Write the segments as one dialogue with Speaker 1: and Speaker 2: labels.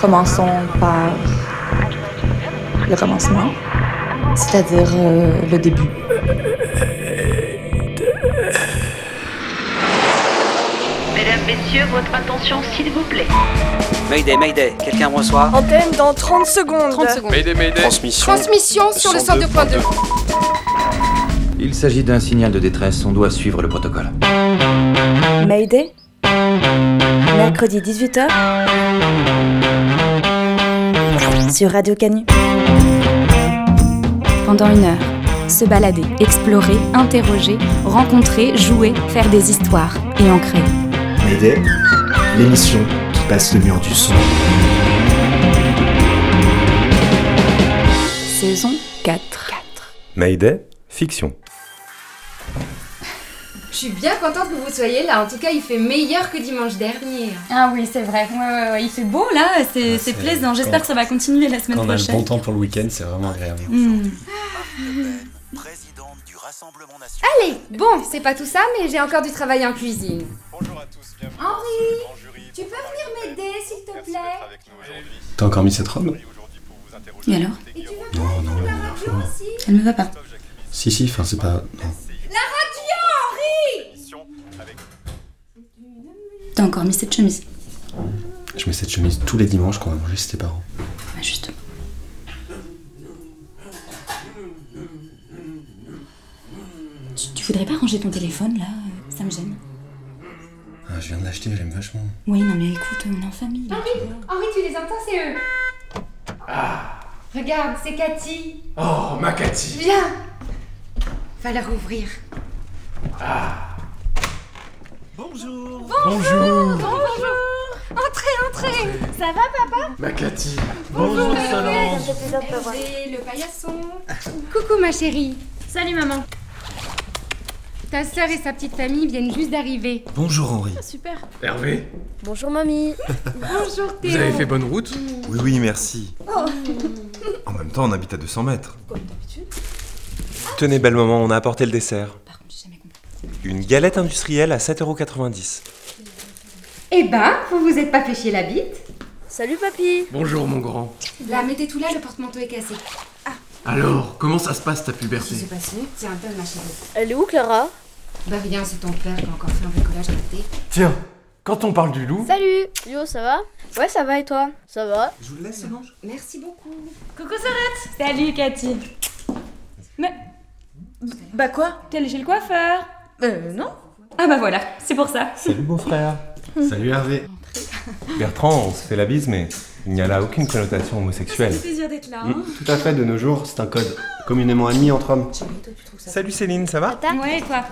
Speaker 1: Commençons par le commencement, c'est-à-dire euh, le début.
Speaker 2: Mesdames, Messieurs, votre attention s'il vous plaît.
Speaker 3: Mayday, Mayday, quelqu'un me reçoit
Speaker 4: Antenne dans 30 secondes.
Speaker 5: 30 secondes.
Speaker 6: Mayday, Mayday.
Speaker 7: Transmission.
Speaker 5: Transmission sur le 102.2.
Speaker 8: Il s'agit d'un signal de détresse, on doit suivre le protocole.
Speaker 9: Mayday Mercredi 18h sur Radio Canu.
Speaker 10: Pendant une heure, se balader, explorer, interroger, rencontrer, jouer, faire des histoires et en créer.
Speaker 11: Mayday, l'émission qui passe le mur du son.
Speaker 10: Saison 4. 4.
Speaker 12: Mayday, fiction.
Speaker 5: Je suis bien contente que vous soyez là. En tout cas, il fait meilleur que dimanche dernier.
Speaker 13: Ah oui, c'est vrai. Ouais, ouais, ouais, Il fait beau là, c'est c'est plaisant. J'espère que ça va continuer la semaine
Speaker 7: Quand on a le
Speaker 13: prochaine.
Speaker 7: bon temps pour le week-end, c'est vraiment agréable.
Speaker 13: Hmm.
Speaker 14: présidente du Rassemblement national.
Speaker 5: Ah, Allez, bon, c'est pas tout ça, mais j'ai encore du travail en cuisine.
Speaker 15: Bonjour à tous, bienvenue
Speaker 5: Henri,
Speaker 15: dans le grand jury.
Speaker 5: tu peux venir m'aider, s'il te
Speaker 15: Merci
Speaker 5: plaît
Speaker 15: d'être avec nous aujourd'hui.
Speaker 7: T'as encore mis cette robe
Speaker 15: Aujourd'hui pour vous interroger.
Speaker 13: Et alors
Speaker 5: Et tu veux
Speaker 7: Non,
Speaker 5: venir
Speaker 7: non,
Speaker 5: écouter
Speaker 7: non,
Speaker 5: la radio
Speaker 7: non.
Speaker 5: aussi
Speaker 13: Elle me va pas.
Speaker 7: Si, si, enfin, c'est pas. non.
Speaker 15: Émission avec
Speaker 13: T'as encore mis cette chemise.
Speaker 7: Je mets cette chemise tous les dimanches quand on va manger chez tes parents.
Speaker 13: Ouais, justement. Tu, tu voudrais pas ranger ton téléphone là euh, Ça me gêne.
Speaker 7: Ah, je viens de l'acheter, j'aime vachement.
Speaker 13: Oui, non mais écoute, on est en famille.
Speaker 5: Ah
Speaker 13: là.
Speaker 5: Henri, tu les entends, c'est eux. Regarde, c'est Cathy.
Speaker 16: Oh, ma Cathy
Speaker 5: Viens Va leur ouvrir.
Speaker 16: Bonjour
Speaker 7: Bonjour
Speaker 5: Bonjour Entrez, entrez Ça va,
Speaker 16: Ma Cathy Bonjour Solange
Speaker 5: papa J'ai le paillasson. Coucou, ma chérie.
Speaker 13: Salut maman.
Speaker 5: Ta sœur et sa petite famille viennent juste d'arriver.
Speaker 7: Bonjour Henri.
Speaker 13: Ah, Super.
Speaker 16: Hervé
Speaker 4: Bonjour mamie.
Speaker 5: Bonjour, Théo.
Speaker 6: Vous avez fait bonne route
Speaker 12: Oui, oui, merci. En même temps, on habite à 200 mètres.
Speaker 5: Oh.
Speaker 7: Tenez, belle maman, on a apporté le dessert.
Speaker 13: Par contre, j'ai jamais compris.
Speaker 12: Une galette industrielle à 7,90€.
Speaker 5: Eh ben, vous vous êtes pas fait chier la bite
Speaker 4: Salut papy.
Speaker 16: Bonjour mon grand
Speaker 5: Là, mettez tout là, le porte-manteau est cassé.
Speaker 16: Alors, comment ça se passe ta puberté
Speaker 5: passé Tiens, donne ma chérie.
Speaker 4: Elle est où Clara
Speaker 5: Bah rien, c'est ton père qui a encore fait un bricolage raté.
Speaker 16: Tiens, quand on parle du loup,
Speaker 4: Salut. Yo, ça va Ouais, ça va et toi Ça va.
Speaker 7: Je vous le laisse, Solange
Speaker 5: Merci beaucoup.
Speaker 13: Coucou Sorette Salut Cathy Mais... Bah quoi T'es allée chez le coiffeur Euh non Ah bah voilà, c'est pour ça
Speaker 12: Salut beau frère.
Speaker 7: Salut Hervé.
Speaker 12: Bertrand, on se fait la bise, mais il n'y a là aucune connotation homosexuelle. Mm,
Speaker 13: plaisir hein. d'être là
Speaker 7: Tout à fait, de nos jours, c'est un code communément admis entre hommes.
Speaker 12: Salut Céline, ça va
Speaker 4: Tata.
Speaker 13: Ouais et toi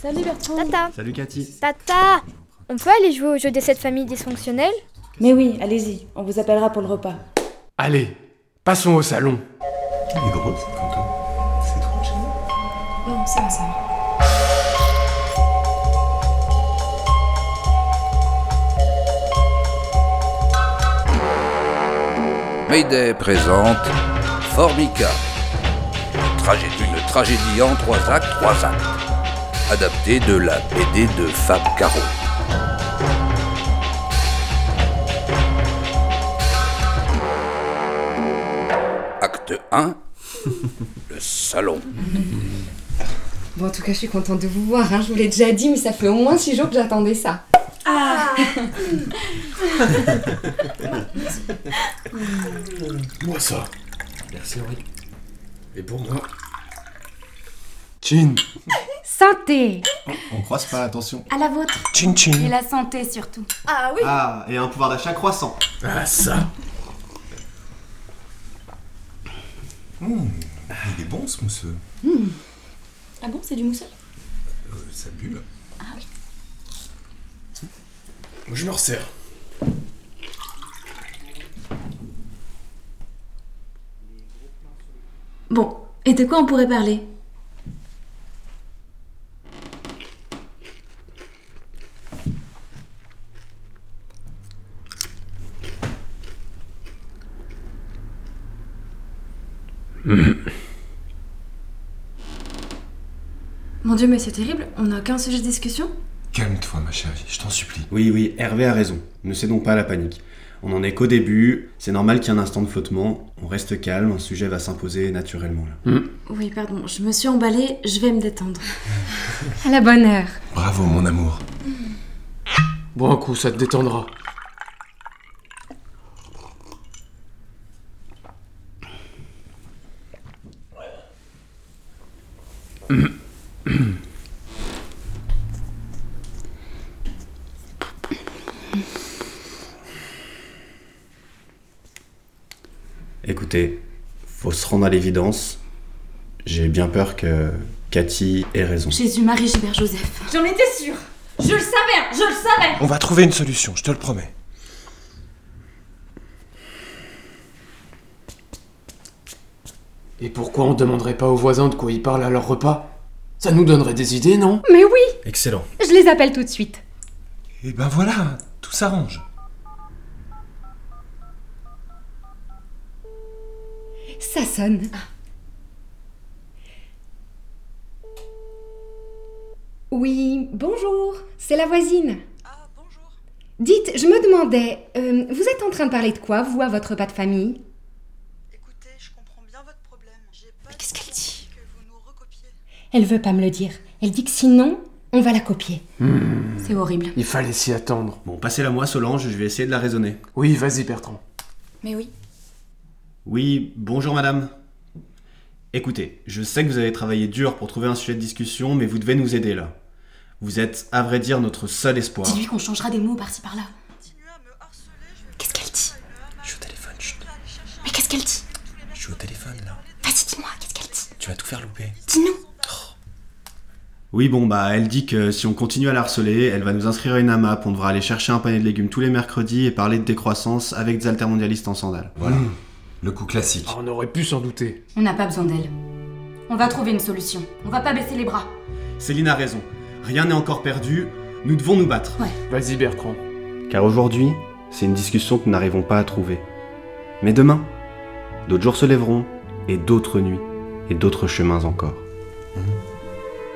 Speaker 4: Salut Bertrand. Tata.
Speaker 7: Salut Cathy.
Speaker 4: Tata. On peut aller jouer au jeu des sept familles dysfonctionnelles
Speaker 17: Mais oui, allez-y, on vous appellera pour le repas.
Speaker 16: allez, passons au salon
Speaker 7: Elle est grosse cette photo. C'est trop chez nous.
Speaker 13: Non, c'est bon ça
Speaker 18: Mayday présente Formica. Tragédie, une tragédie en trois actes, trois actes. Adapté de la BD de Fab Caro. Acte 1. le salon.
Speaker 5: Bon, en tout cas, je suis contente de vous voir. Hein. Je vous l'ai déjà dit, mais ça fait au moins 6 jours que j'attendais ça.
Speaker 7: Moi ça. Merci Henri. Et pour moi.
Speaker 16: Chin
Speaker 5: Santé
Speaker 7: On croise pas, attention.
Speaker 13: À la vôtre
Speaker 7: Chin
Speaker 13: Et
Speaker 7: chin.
Speaker 13: la santé surtout
Speaker 17: Ah oui
Speaker 7: Ah, et un pouvoir d'achat croissant.
Speaker 16: Ah ça
Speaker 12: Mm. Il est bon ce mousseux.
Speaker 13: Hmm. Ah bon, c'est du mousseux
Speaker 12: Euh, ça bulle.
Speaker 7: Moi je me resserre.
Speaker 13: Bon, et de quoi on pourrait parler Mon Mon dieu, mais c'est terrible, on n'a qu'un sujet de discussion
Speaker 7: Calme-toi, ma chérie, je t'en supplie. Oui, oui, Hervé a raison. Ne cédons pas à la panique. On n'en est qu'au début, c'est normal qu'il y ait un instant de flottement. On reste calme, un sujet va s'imposer naturellement là.
Speaker 13: Oui, pardon, je me suis emballée, je vais me détendre. à la bonne heure.
Speaker 7: Bravo, mon amour.
Speaker 16: Bon, un coup, ça te détendra.
Speaker 7: Écoutez, faut se rendre à l'évidence. J'ai bien peur que Cathy ait raison.
Speaker 13: Jésus-Marie Gilbert-Joseph. J'en étais sûre Je le savais, je le savais
Speaker 12: On va trouver une solution, je te le promets.
Speaker 16: Et pourquoi on demanderait pas aux voisins de quoi ils parlent à leur repas Ça nous donnerait des idées, non
Speaker 13: Mais oui
Speaker 12: Excellent.
Speaker 13: Je les appelle tout de suite.
Speaker 7: Eh
Speaker 12: Et ben voilà, tout s'arrange.
Speaker 19: Ça sonne. Oui, bonjour, c'est la voisine. Ah, bonjour. Dites, je me demandais, euh, vous êtes en train de parler de quoi, vous, à votre repas de famille Écoutez, je comprends bien votre problème. Qu'est-ce qu'elle dit Elle veut pas me le dire. Elle dit que sinon, on va la copier.
Speaker 16: Hmm,
Speaker 7: Mmh.
Speaker 19: C'est horrible.
Speaker 16: Il fallait s'y attendre.
Speaker 7: Bon, passez-la moi, Solange, je vais essayer de la raisonner.
Speaker 16: Oui, vas-y, Bertrand.
Speaker 13: Mais oui.
Speaker 7: Oui, bonjour madame. Écoutez, je sais que vous avez travaillé dur pour trouver un sujet de discussion, mais vous devez nous aider là. Vous êtes, à vrai dire, notre seul espoir.
Speaker 13: Dis-lui qu'on changera des mots par-ci par-là. Qu'est-ce qu'elle dit
Speaker 12: Je suis au téléphone,
Speaker 13: Mais qu'est-ce qu'elle dit
Speaker 12: je suis au téléphone là.
Speaker 13: Vas-y, dis-moi, qu'est-ce qu'elle dit
Speaker 12: Tu vas tout faire louper.
Speaker 13: Dis-nous
Speaker 7: Oui, bon, bah, elle dit que si on continue à la harceler, elle va nous inscrire à une AMAP, on devra aller chercher un panier de légumes tous les mercredis et parler de décroissance avec des altermondialistes en sandales.
Speaker 12: Voilà. Le coup classique.
Speaker 16: Ah, on aurait pu s'en douter.
Speaker 13: On n'a pas besoin d'elle. On va trouver une solution. On va pas baisser les bras.
Speaker 7: Céline a raison. Rien n'est encore perdu, nous devons nous battre.
Speaker 16: Vas-y, Bertrand.
Speaker 7: Car aujourd'hui, c'est une discussion que nous n'arrivons pas à trouver. Mais demain, d'autres jours se lèveront, et d'autres nuits, et d'autres chemins encore.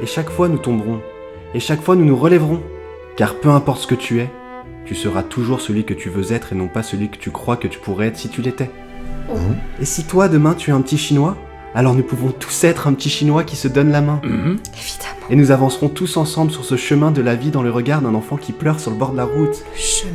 Speaker 7: Et chaque fois nous tomberons, et chaque fois nous nous relèverons, car peu importe ce que tu es, tu seras toujours celui que tu veux être et non pas celui que tu crois que tu pourrais être si tu l'étais. Et si toi demain tu es un petit chinois, alors nous pouvons tous être un petit chinois qui se donne la main. Et nous avancerons tous ensemble sur ce chemin de la vie dans le regard d'un enfant qui pleure sur le bord de la route.
Speaker 3: Chemin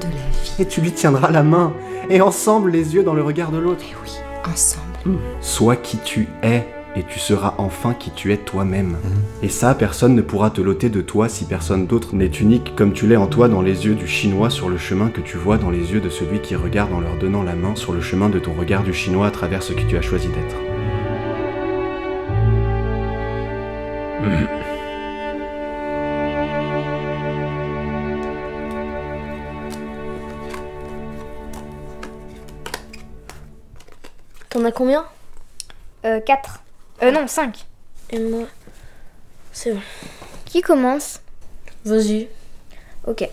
Speaker 3: de la
Speaker 7: Et tu lui tiendras la main, et ensemble les yeux dans le regard de l'autre.
Speaker 3: oui, ensemble.
Speaker 16: Mm.
Speaker 7: Sois qui tu es, et tu seras enfin qui tu es toi-même.
Speaker 16: Mm.
Speaker 7: Et ça, personne ne pourra te l'ôter de toi si personne d'autre n'est unique comme tu l'es en toi dans les yeux du Chinois sur le chemin que tu vois dans les yeux de celui qui regarde en leur donnant la main sur le chemin de ton regard du Chinois à travers ce que tu as choisi d'être.
Speaker 16: Mm.
Speaker 20: T'en as combien Euh, 4. Euh, non, 5.
Speaker 4: Et moi. C'est bon.
Speaker 20: Qui commence
Speaker 4: Vas-y.
Speaker 20: Ok.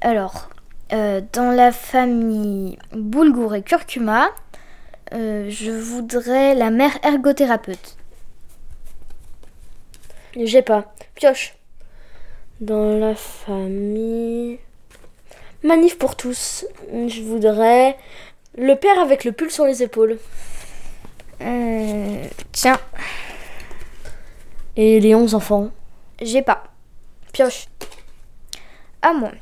Speaker 20: Alors, euh, dans la famille boulgour et curcuma, euh, je voudrais la mère ergothérapeute.
Speaker 4: J'ai pas. Pioche. Dans la famille. Manif pour tous. Je voudrais. Le père avec le pull sur les épaules.
Speaker 20: tiens.
Speaker 4: Euh, Et les 11 enfants.
Speaker 20: J'ai pas.
Speaker 4: Pioche.
Speaker 20: À moi.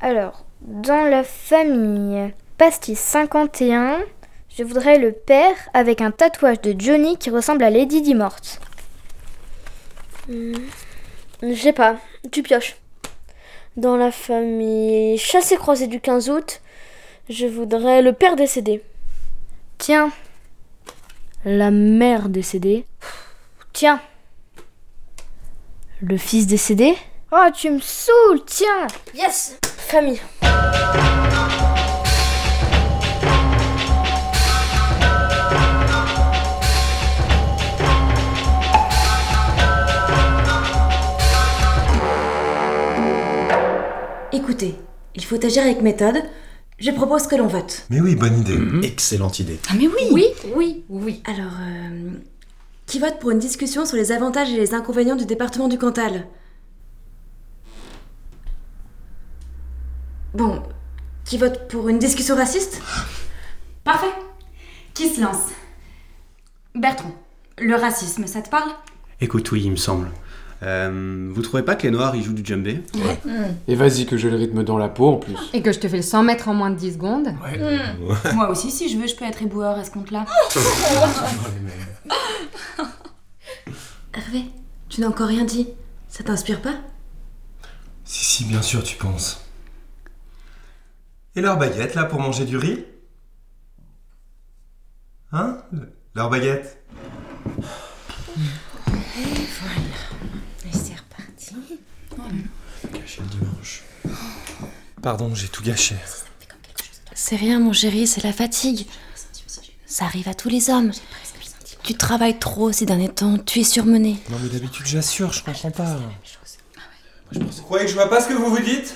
Speaker 20: Alors, dans la famille Pastis 51, je voudrais le père avec un tatouage de Johnny qui ressemble à Lady Di morte.
Speaker 4: Hmm. J'ai pas. Tu pioches. Dans la famille chassé croisé du 15 août, je voudrais le père décédé.
Speaker 20: Tiens.
Speaker 4: La mère décédée.
Speaker 20: Tiens.
Speaker 4: Le fils décédé.
Speaker 20: Oh, tu me saoules, tiens.
Speaker 4: Yes Famille.
Speaker 17: Écoutez, il faut agir avec méthode. Je propose que l'on vote.
Speaker 16: Mm-hmm.
Speaker 12: Mais oui, bonne idée. Excellente idée.
Speaker 17: Ah mais oui Oui, oui, oui. Alors, euh,
Speaker 13: qui vote pour une discussion sur les avantages et les inconvénients du département du Cantal. Bon, qui vote pour une discussion raciste
Speaker 21: Parfait. Qui se lance Bertrand, le racisme, ça te parle
Speaker 7: Écoute, oui, il me semble. Euh, vous trouvez pas que les Noirs, ils jouent du djembé
Speaker 16: Ouais.
Speaker 19: Mmh.
Speaker 21: Mm.
Speaker 16: Et vas-y que j'ai le rythme dans la peau en plus.
Speaker 5: Et que je te fais le 100 mètres en moins de 10 secondes.
Speaker 16: Ouais.
Speaker 21: Hmm.
Speaker 5: Oh.
Speaker 21: Moi aussi, si je veux, je peux être éboueur à ce compte-là.
Speaker 13: Hervé, tu n'as encore rien dit. Ça t'inspire pas
Speaker 12: Si, si, bien sûr, tu penses. Et leur baguette, là, pour manger du riz Hein Leur baguette
Speaker 13: Et c'est reparti.
Speaker 12: Gâché le dimanche. Pardon, j'ai tout gâché.
Speaker 22: C'est rien, mon chéri, c'est la fatigue. Ça arrive à tous les hommes. Tu travailles trop ces derniers temps, tu es surmené.
Speaker 12: Non, mais d'habitude, j'assure, je comprends pas. Vous croyez que je vois pas ce que vous vous dites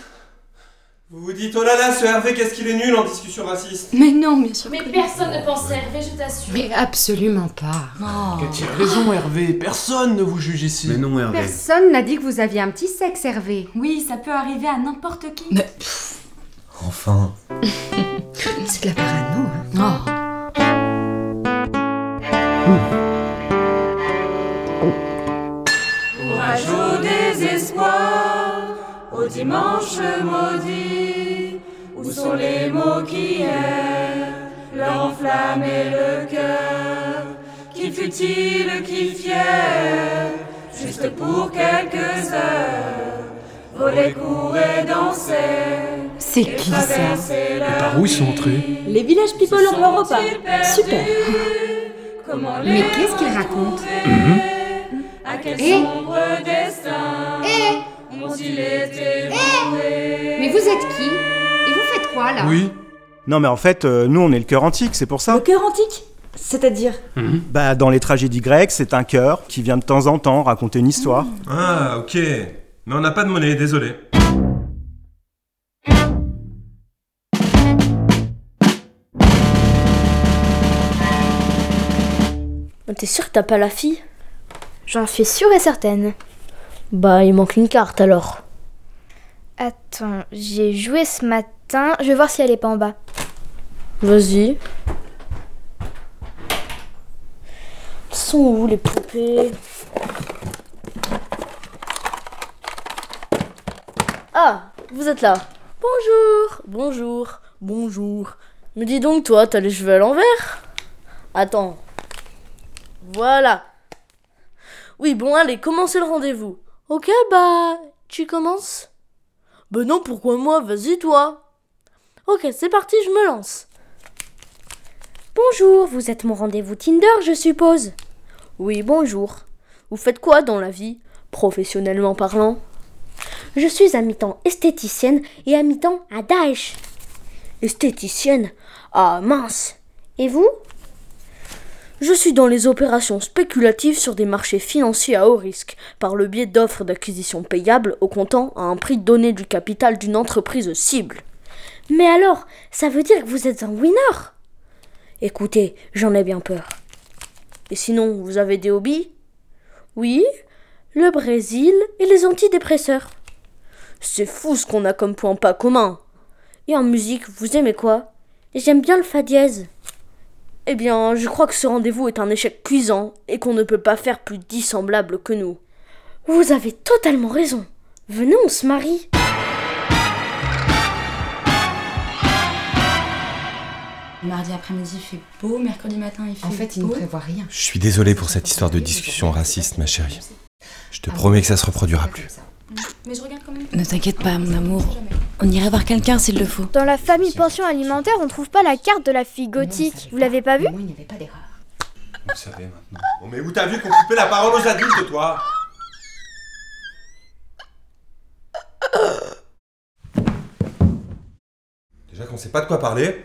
Speaker 12: Vous vous dites, oh là là, ce Hervé, qu'est-ce qu'il est nul en discussion raciste
Speaker 5: Mais non, bien sûr.
Speaker 4: Mais personne ne pense à Hervé, je t'assure.
Speaker 5: Mais absolument pas. Oh.
Speaker 16: Cathy
Speaker 21: Ah.
Speaker 16: a raison, Hervé. Personne ne vous juge ici. Mais
Speaker 7: non, Hervé.
Speaker 5: Personne n'a dit que vous aviez un petit sexe, Hervé.
Speaker 21: Oui, ça peut arriver à n'importe qui.
Speaker 12: Enfin.
Speaker 22: C'est de la parano, hein.
Speaker 2: Courage au désespoir, au dimanche maudit, où sont les mots qui errent, leur enflammer le cœur, qui fut-il qui fier, juste pour quelques heures, voler, courir, danser.
Speaker 13: C'est
Speaker 2: et traverser la
Speaker 16: Par où ils sont entrés
Speaker 2: les villages people en repas. Super.
Speaker 5: Mais qu'est-ce qu'il raconte Mhm.
Speaker 2: Mm-hmm. À quel
Speaker 5: Eh
Speaker 2: sombre destin on dit l'été voué.
Speaker 5: Mais vous êtes qui Et vous faites quoi là
Speaker 11: Non, mais en fait, euh, nous, on est le cœur antique, c'est pour ça. Le
Speaker 13: cœur antique C'est-à-dire
Speaker 11: Bah, dans les tragédies grecques, c'est un cœur qui vient de temps en temps raconter une histoire.
Speaker 12: Ah, ok. Mais on n'a pas de monnaie, désolé.
Speaker 4: Mais T'es sûr que t'as pas la fille
Speaker 23: J'en suis sûre et certaine.
Speaker 4: Bah, il manque une carte alors.
Speaker 23: Attends, j'ai joué ce matin. Je vais voir si elle est pas en bas.
Speaker 4: Vas-y. Sont où les poupées Ah, vous êtes là. Bonjour, bonjour, bonjour. Mais dis donc, toi, t'as les cheveux à l'envers Attends. Voilà. Oui, bon, allez, commencez le rendez-vous. Ok, bah, tu commences Ben non, pourquoi moi Vas-y, toi. Ok, c'est parti, je me lance. Bonjour, vous êtes mon rendez-vous Tinder, je suppose Oui, bonjour. Vous faites quoi dans la vie, professionnellement parlant Je suis à mi-temps esthéticienne et à mi-temps à Daesh. Esthéticienne Ah mince Et vous Je suis dans les opérations spéculatives sur des marchés financiers à haut risque, par le biais d'offres d'acquisition payables au comptant à un prix donné du capital d'une entreprise cible. Mais alors, ça veut dire que vous êtes un winner Écoutez, j'en ai bien peur. Et sinon, vous avez des hobbies Oui, le Brésil et les antidépresseurs. C'est fou ce qu'on a comme point pas commun. Et en musique, vous aimez quoi J'aime bien le fa dièse. Eh bien, je crois que ce rendez-vous est un échec cuisant et qu'on ne peut pas faire plus dissemblable que nous. Vous avez totalement raison. Venez, on se marie.
Speaker 21: Mardi après-midi, il fait beau. Mercredi matin, il fait
Speaker 5: En fait, il ne
Speaker 21: beau.
Speaker 5: prévoit rien.
Speaker 12: Je suis désolé pour cette histoire de discussion raciste, ma chérie. Je te promets que ça se reproduira plus.
Speaker 21: Mais je regarde quand même.
Speaker 22: Ne t'inquiète pas, mon amour. On ira voir quelqu'un s'il le faut.
Speaker 23: Dans la famille pension alimentaire, on trouve pas la carte de la fille gothique. Vous l'avez pas vue
Speaker 12: Vous savez maintenant. Oh, mais où t'as vu qu'on coupait la parole aux adultes, toi Déjà qu'on sait pas de quoi parler.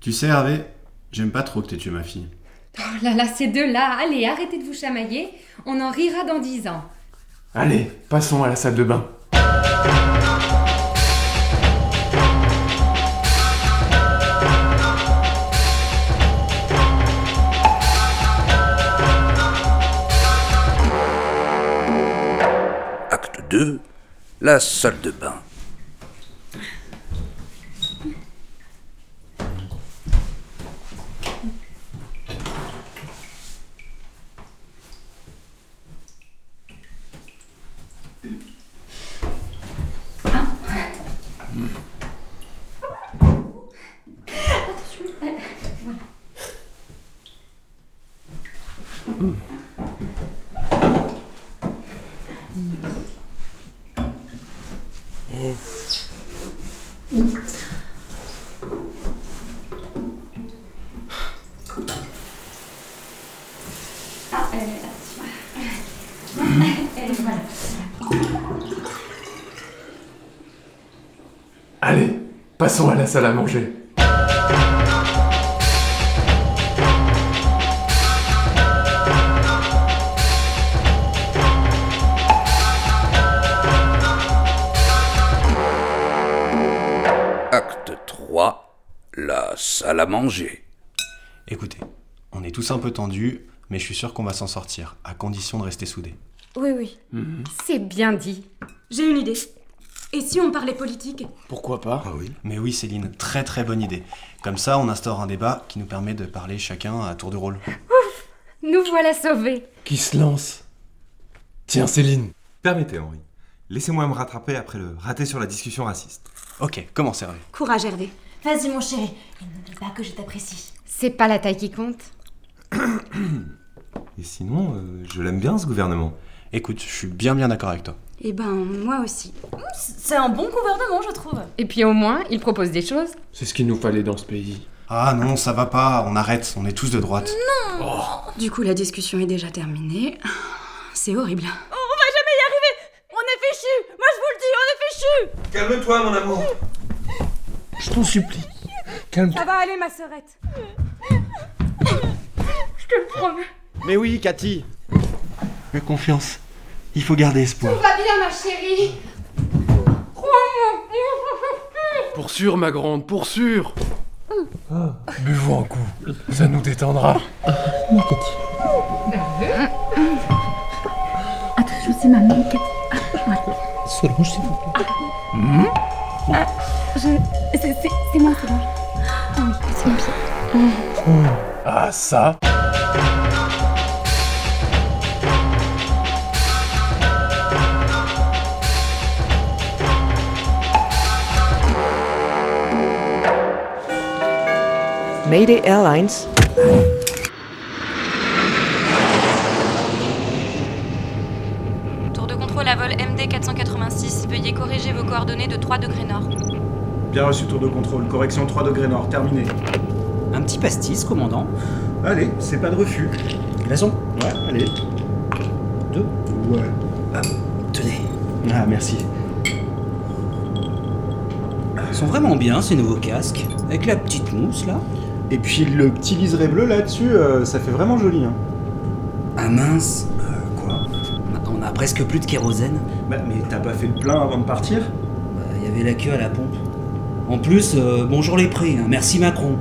Speaker 7: Tu sais, Hervé, j'aime pas trop que t'aies tué ma fille.
Speaker 24: Oh là là, ces deux-là, allez, arrêtez de vous chamailler. On en rira dans 10 ans.
Speaker 16: Allez, passons à la salle de bain.
Speaker 18: 2, la salle de bain.
Speaker 2: Ah, Mm-hmm.
Speaker 16: Allez, passons à la salle à manger.
Speaker 18: Acte 3, la salle à manger.
Speaker 7: Écoutez, on est tous un peu tendus, mais je suis sûr qu'on va s'en sortir, à condition de rester soudés.
Speaker 13: Oui, oui.
Speaker 7: Mm-hmm.
Speaker 13: C'est bien dit. J'ai une idée. Et si on parlait politique
Speaker 7: Pourquoi pas Ah oui. Mais oui, Céline, très très bonne idée. Comme ça, on instaure un débat qui nous permet de parler chacun à tour de rôle.
Speaker 5: Nous voilà sauvés.
Speaker 7: Qui se lance Tiens, Céline.
Speaker 25: Permettez, Henri. Laissez-moi me rattraper après le raté sur la discussion raciste.
Speaker 7: Ok, commencez, Hervé.
Speaker 13: Courage, Hervé.
Speaker 26: Vas-y, mon chéri. Et n'oublie pas que je t'apprécie.
Speaker 5: C'est pas la taille qui compte.
Speaker 25: Et sinon, euh, je l'aime bien ce gouvernement.
Speaker 7: Écoute, je suis bien bien d'accord avec toi.
Speaker 13: Eh ben, moi aussi.
Speaker 27: C'est un bon gouvernement, je trouve.
Speaker 5: Et puis au moins, il propose des choses.
Speaker 7: C'est ce qu'il nous fallait dans ce pays. Ah non, ça va pas, on arrête, on est tous de droite.
Speaker 13: Non Du coup, la discussion est déjà terminée. C'est horrible.
Speaker 2: Oh, On va jamais y arriver On est fichu Moi je vous le dis, on est fichu
Speaker 12: Calme-toi, mon amour.
Speaker 2: Je t'en supplie.
Speaker 12: Calme-toi.
Speaker 2: Ça va aller, ma sœurette. je te le promets.
Speaker 28: Mais oui, Cathy Mais confiance, il faut garder espoir.
Speaker 2: Tout va bien, ma chérie.
Speaker 16: Pour sûr, ma grande, pour sûr Ah, Buvons un coup, ça nous détendra.
Speaker 2: Ah, Attention, c'est ma mère.
Speaker 28: Solange, s'il vous plaît.
Speaker 2: Ah,
Speaker 16: Hmm
Speaker 2: C'est c'est moi, c'est moi. Ah oui, c'est mon pied.
Speaker 16: Ah ça
Speaker 3: Mayday Airlines.
Speaker 29: Tour de contrôle à vol MD 486, veuillez corriger vos coordonnées de 3 degrés nord.
Speaker 11: Bien reçu, tour de contrôle. Correction 3 degrés nord, terminé.
Speaker 3: Un petit pastis, commandant.
Speaker 11: Allez, c'est pas de refus.
Speaker 28: Glaçon
Speaker 11: Ouais, allez.
Speaker 28: Deux
Speaker 11: Ouais.
Speaker 28: Tenez. Ah, merci.
Speaker 3: Ils sont vraiment bien ces nouveaux casques. Avec la petite mousse là.
Speaker 11: Et puis le petit liseré bleu là-dessus, euh, ça fait vraiment joli. Hein.
Speaker 3: Ah mince. Euh, quoi On a presque plus de kérosène.
Speaker 11: Bah, mais t'as pas fait le plein avant de partir
Speaker 3: Bah, il y avait la queue à la pompe. En plus, euh, bonjour les prix. hein. Merci Macron.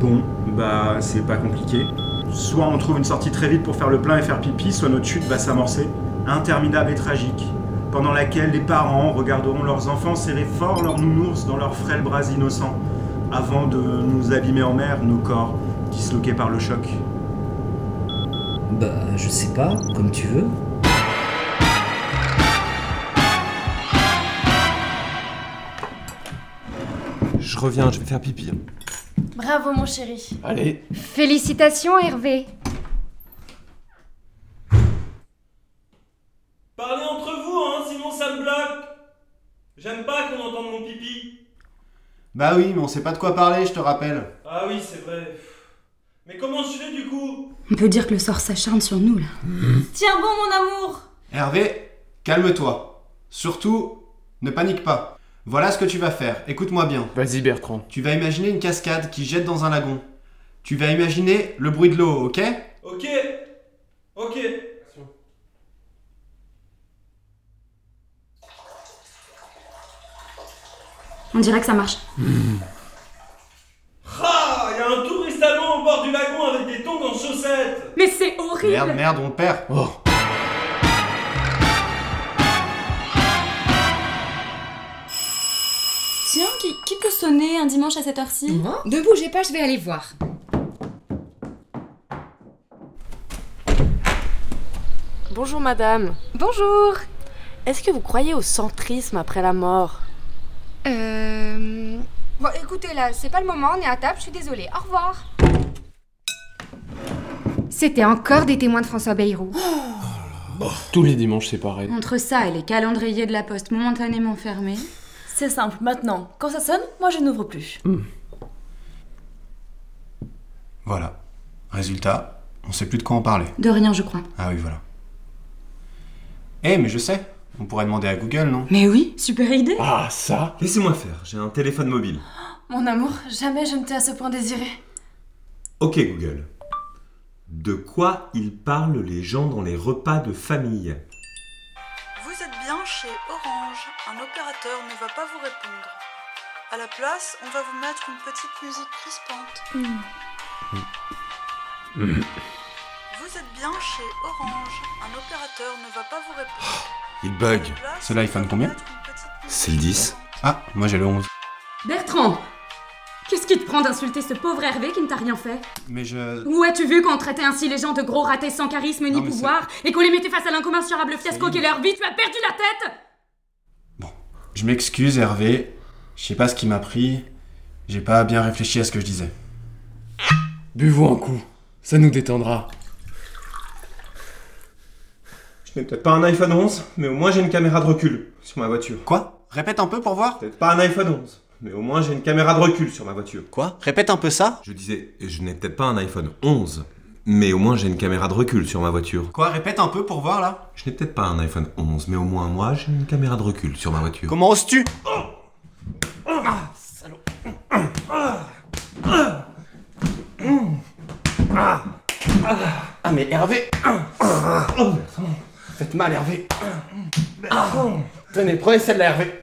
Speaker 11: Bon, bah c'est pas compliqué. Soit on trouve une sortie très vite pour faire le plein et faire pipi, soit notre chute va s'amorcer. Interminable et tragique. Pendant laquelle les parents regarderont leurs enfants serrer fort leurs nounours dans leurs frêles bras innocents, avant de nous abîmer en mer, nos corps disloqués par le choc.
Speaker 3: Bah, je sais pas, comme tu veux.
Speaker 25: Je reviens, je vais faire pipi. hein.
Speaker 27: Bravo, mon chéri.
Speaker 25: Allez.
Speaker 5: Félicitations, Hervé.
Speaker 12: Parlez entre vous, hein, sinon ça me bloque. J'aime pas qu'on entende mon pipi.
Speaker 7: Bah oui, mais on sait pas de quoi parler, je te rappelle.
Speaker 12: Ah oui, c'est vrai. Mais comment je fais du coup
Speaker 13: On peut dire que le sort s'acharne sur nous, là.
Speaker 30: Hmm.
Speaker 27: Tiens bon, mon amour
Speaker 7: Hervé, calme-toi. Surtout, ne panique pas. Voilà ce que tu vas faire, écoute-moi bien.
Speaker 16: Vas-y, Bertrand.
Speaker 7: Tu vas imaginer une cascade qui jette dans un lagon. Tu vas imaginer le bruit de l'eau, ok
Speaker 12: Ok. Ok.
Speaker 13: On dirait que ça marche.
Speaker 30: Hmm.
Speaker 12: Ah, y a un touriste allemand au bord du lagon avec des tongs en chaussettes.
Speaker 13: Mais
Speaker 16: Oh.
Speaker 13: c'est horrible
Speaker 7: Merde, merde, on perd.
Speaker 30: qui, qui peut sonner un dimanche à cette heure-ci
Speaker 5: Ne bougez pas, je vais aller voir.
Speaker 1: Bonjour madame.
Speaker 30: Bonjour.
Speaker 1: Est-ce que vous croyez au centrisme après la mort
Speaker 30: Euh. Bon, écoutez, là, c'est pas le moment, on est à table, je suis désolée. Au revoir.
Speaker 31: C'était encore des témoins de François Bayrou.
Speaker 30: Oh
Speaker 16: Tous les dimanches, c'est pareil.
Speaker 13: Entre ça et les calendriers de la poste momentanément fermés.
Speaker 30: C'est simple, maintenant, quand ça sonne, moi je n'ouvre plus.
Speaker 7: Voilà. Résultat, on sait plus de quoi en parler.
Speaker 13: De rien, je crois.
Speaker 7: Ah oui, voilà. Eh, mais je sais. On pourrait demander à Google, non
Speaker 13: Mais oui, super idée.
Speaker 7: Ah, ça
Speaker 12: Laissez-moi faire, j'ai un téléphone mobile.
Speaker 13: Mon amour, jamais je ne t'ai à ce point désiré.
Speaker 12: Ok Google. De quoi ils parlent les gens dans les repas de famille
Speaker 32: Vous êtes bien chez Orange. Un opérateur ne va pas vous répondre. À la place, on va vous mettre une petite musique crispante. Vous êtes bien chez Orange. Un opérateur ne va pas vous répondre.
Speaker 7: Il bug. C'est l'iPhone combien
Speaker 12: C'est le 10.
Speaker 7: Ah, moi j'ai le 11.
Speaker 13: Bertrand Qu'est-ce qui te prend d'insulter ce pauvre Hervé qui ne t'a rien fait
Speaker 7: Mais je.
Speaker 13: Où as-tu vu qu'on traitait ainsi les gens de gros ratés sans charisme ni
Speaker 7: Non, mais
Speaker 13: pouvoir et qu'on les mettait face à l'incommensurable fiasco qu'est leur vie Tu as perdu la tête
Speaker 7: Je m'excuse, Hervé. Je sais pas ce qui m'a pris. J'ai pas bien réfléchi à ce que je disais.
Speaker 16: Buvons un coup. Ça nous détendra.
Speaker 33: Je n'ai peut-être pas un iPhone 11, mais au moins j'ai une caméra de recul sur ma voiture.
Speaker 7: Quoi Répète un peu pour voir.
Speaker 33: Peut-être pas un iPhone 11, mais au moins j'ai une caméra de recul sur ma voiture.
Speaker 7: Quoi Répète un peu ça.
Speaker 12: Je disais, je n'ai peut-être pas un iPhone 11, mais au moins j'ai une caméra de recul sur ma voiture.
Speaker 7: Quoi Répète un peu pour voir là.
Speaker 12: Je n'ai peut-être pas un iPhone 11, mais au moins moi j'ai une caméra de recul sur ma voiture.
Speaker 7: Comment oses-tu Ah mais Hervé Faites mal Hervé Tenez, prenez celle-là Hervé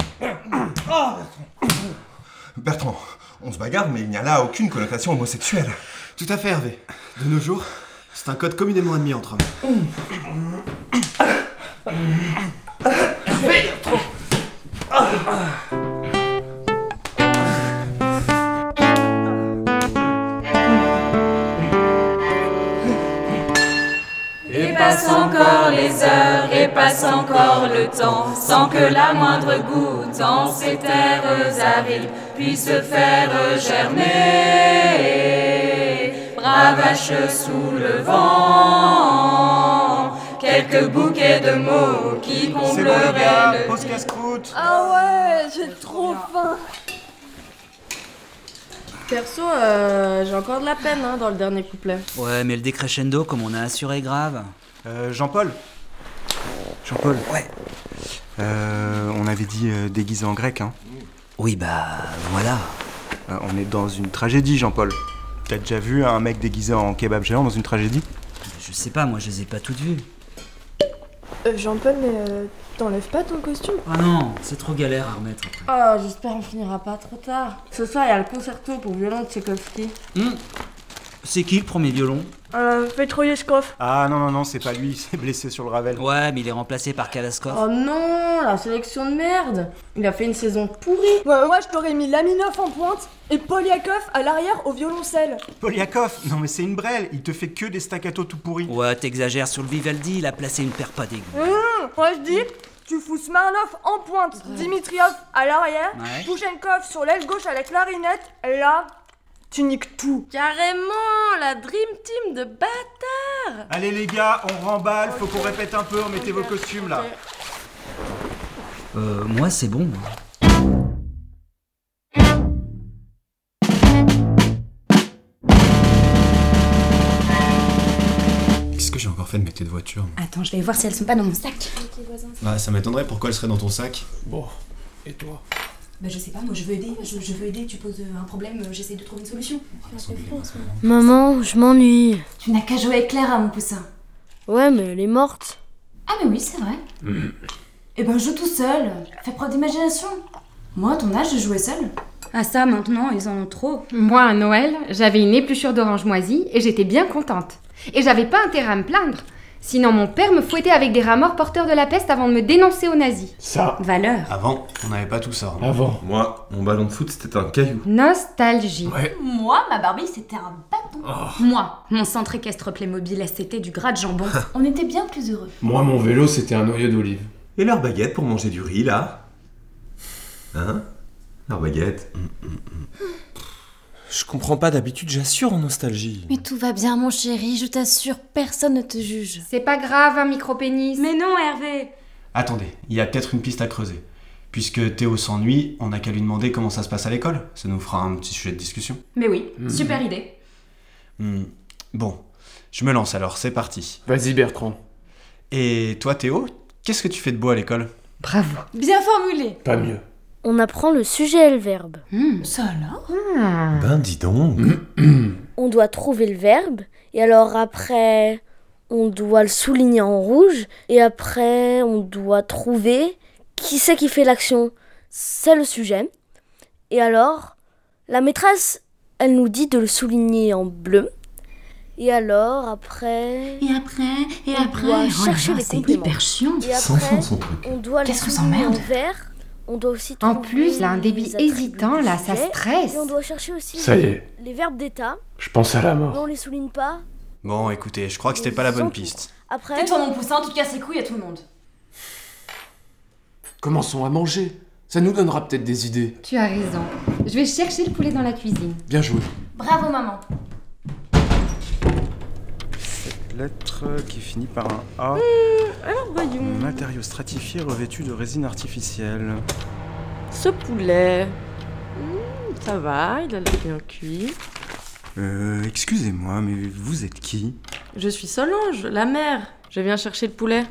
Speaker 12: Bertrand, on se bagarre, mais il n'y a là aucune connotation homosexuelle.
Speaker 34: Tout à fait, Hervé. De nos jours, c'est un code communément admis entre hommes.
Speaker 2: Et passe encore les heures, et passe encore le temps, sans que la moindre goutte en ces terres arides puisse faire germer. Bravache sous le vent, quelques bouquets de mots qui combleraient le
Speaker 35: Ah ouais, j'ai trop faim.
Speaker 1: Perso, euh, j'ai encore de la peine hein, dans le dernier couplet.
Speaker 3: Ouais, mais le décrescendo, comme on a assuré grave.
Speaker 11: Euh, Jean-Paul
Speaker 3: Jean-Paul Ouais.
Speaker 11: Euh, on avait dit euh, déguisé en grec, hein Euh,
Speaker 3: Oui, bah voilà.
Speaker 11: on est dans une tragédie, Jean-Paul. T'as déjà vu un mec déguisé en kebab géant dans une tragédie
Speaker 3: Bah, Je sais pas, moi je les ai pas toutes vues.
Speaker 35: Euh, Jean-Paul, mais euh, t'enlèves pas ton costume
Speaker 3: Ah non, c'est trop galère à remettre.
Speaker 1: Oh, j'espère on finira pas trop tard. Ce soir, il y a le concerto pour violon de Tchaïkovski.
Speaker 3: Hmm. C'est qui le premier violon
Speaker 1: Euh,
Speaker 11: Ah non, non, non, c'est pas lui, il s'est blessé sur le Ravel.
Speaker 3: Ouais, mais il est remplacé par Kalaskov.
Speaker 1: Oh non, la sélection de merde Il a fait une saison pourrie.
Speaker 35: Ouais, moi, je t'aurais mis Laminov en pointe et Poliakov à l'arrière au violoncelle.
Speaker 11: Poliakov, non mais c'est une brêle, il te fait que des staccato tout pourris.
Speaker 3: Ouais, t'exagères sur le Vivaldi, il a placé une paire pas dégueu.
Speaker 35: Hum, moi, je dis, tu fous Smirnov en pointe, Dimitriov à l'arrière,
Speaker 3: Ouais.
Speaker 35: Pouchenkov sur l'aile gauche à la clarinette, et là, tu niques tout.
Speaker 1: Carrément, la Dream Team de bâtards
Speaker 11: Allez les gars, on remballe, faut qu'on répète un peu, remettez vos costumes là.
Speaker 3: Euh, moi c'est bon.
Speaker 7: Qu'est-ce que j'ai encore fait de mes clés de voiture
Speaker 13: Attends, je vais voir si elles sont pas dans mon sac.
Speaker 7: Bah ça m'étonnerait pourquoi elle serait dans ton sac.
Speaker 16: Bon, et toi
Speaker 13: Bah je sais pas, moi je veux aider, je, je veux aider, tu poses euh, un problème, euh, j'essaie de trouver une solution.
Speaker 4: Maman, je m'ennuie.
Speaker 13: Tu n'as qu'à jouer avec Clara, mon poussin.
Speaker 4: Ouais, mais elle est morte.
Speaker 13: Ah mais oui, c'est vrai. Eh ben joue tout seul, fais preuve d'imagination. Moi, à ton âge, je jouais seul. Ah ça, maintenant, ils en ont trop.
Speaker 5: Moi, à Noël, j'avais une épluchure d'orange moisie et j'étais bien contente. Et j'avais pas intérêt à me plaindre.
Speaker 36: Sinon, mon père me fouettait avec des rats morts porteurs de la peste avant de me dénoncer aux nazis.
Speaker 16: Ça.
Speaker 36: Valeur.
Speaker 7: Avant, on n'avait pas tout ça. hein.
Speaker 16: Avant.
Speaker 12: Moi, mon ballon de foot, c'était un caillou.
Speaker 36: Nostalgie.
Speaker 37: Moi, ma Barbie, c'était un bâton.
Speaker 7: Oh.
Speaker 37: Moi, mon centre équestre Playmobil, c'était du gras de jambon. On était bien plus heureux.
Speaker 16: Moi, mon vélo, c'était un noyau d'olive.
Speaker 12: Et leur baguette pour manger du riz, là Hein Leur baguette Hum,
Speaker 38: Je comprends pas, d'habitude j'assure en nostalgie.
Speaker 13: Mais tout va bien, mon chéri, je t'assure, personne ne te juge.
Speaker 36: C'est pas grave, un micro-pénis.
Speaker 13: Mais non, Hervé
Speaker 7: Attendez, il y a peut-être une piste à creuser. Puisque Théo s'ennuie, on n'a qu'à lui demander comment ça se passe à l'école. Ça nous fera un petit sujet de discussion.
Speaker 37: Mais oui,
Speaker 7: Mhm.
Speaker 37: super idée.
Speaker 7: Hmm, Bon, je me lance alors, c'est parti.
Speaker 16: Vas-y, Bertrand.
Speaker 7: Et toi, Théo, qu'est-ce que tu fais de beau à l'école
Speaker 4: Bravo.
Speaker 13: Bien formulé
Speaker 16: Pas mieux.
Speaker 4: On apprend le sujet et le verbe.
Speaker 22: Hmm,
Speaker 13: ça alors Hmm.
Speaker 12: Ben, dis donc.
Speaker 16: Hmm,
Speaker 4: On doit trouver le verbe, et alors après, on doit le souligner en rouge, et après, on doit trouver qui c'est qui fait l'action. C'est le sujet. Et alors, la maîtresse, elle nous dit de le souligner en bleu. Et alors, après.
Speaker 37: Et après, et
Speaker 4: on
Speaker 37: après, oh
Speaker 4: doit
Speaker 37: là
Speaker 4: chercher
Speaker 37: là,
Speaker 4: les
Speaker 37: c'est
Speaker 4: compléments.
Speaker 37: hyper chiant.
Speaker 4: Et
Speaker 37: Sans
Speaker 4: après,
Speaker 37: fin, son truc.
Speaker 4: on doit le
Speaker 37: Qu'est-ce qu'on
Speaker 4: souligner en
Speaker 37: s'emmerde.
Speaker 4: vert. On doit aussi
Speaker 5: En
Speaker 4: trouver
Speaker 5: plus, là, un
Speaker 4: les
Speaker 5: débit
Speaker 4: attributs
Speaker 5: hésitant,
Speaker 4: du
Speaker 5: là, ça
Speaker 4: sujet.
Speaker 5: stresse.
Speaker 4: Et on doit chercher aussi
Speaker 7: Ça y est.
Speaker 4: les verbes d'état.
Speaker 7: Je pense à la mort.
Speaker 4: Mais on les souligne pas.
Speaker 7: Bon, écoutez, je crois que c'était pas la bonne piste.
Speaker 4: Après.
Speaker 37: Tais-toi, mon poussin, tu te casses les couilles à tout le monde.
Speaker 16: Commençons à manger. Ça nous donnera peut-être des idées.
Speaker 5: Tu as raison. Je vais chercher le poulet dans la cuisine.
Speaker 16: Bien joué.
Speaker 37: Bravo, maman.
Speaker 11: Lettre qui finit par un A.
Speaker 1: Euh, alors voyons.
Speaker 11: Matériaux stratifiés revêtus de résine artificielle.
Speaker 1: Ce poulet. hmm, ça va, il a l'air bien cuit.
Speaker 11: Euh, excusez-moi, mais vous êtes qui
Speaker 1: Je suis Solange, la mère. Je viens chercher le poulet.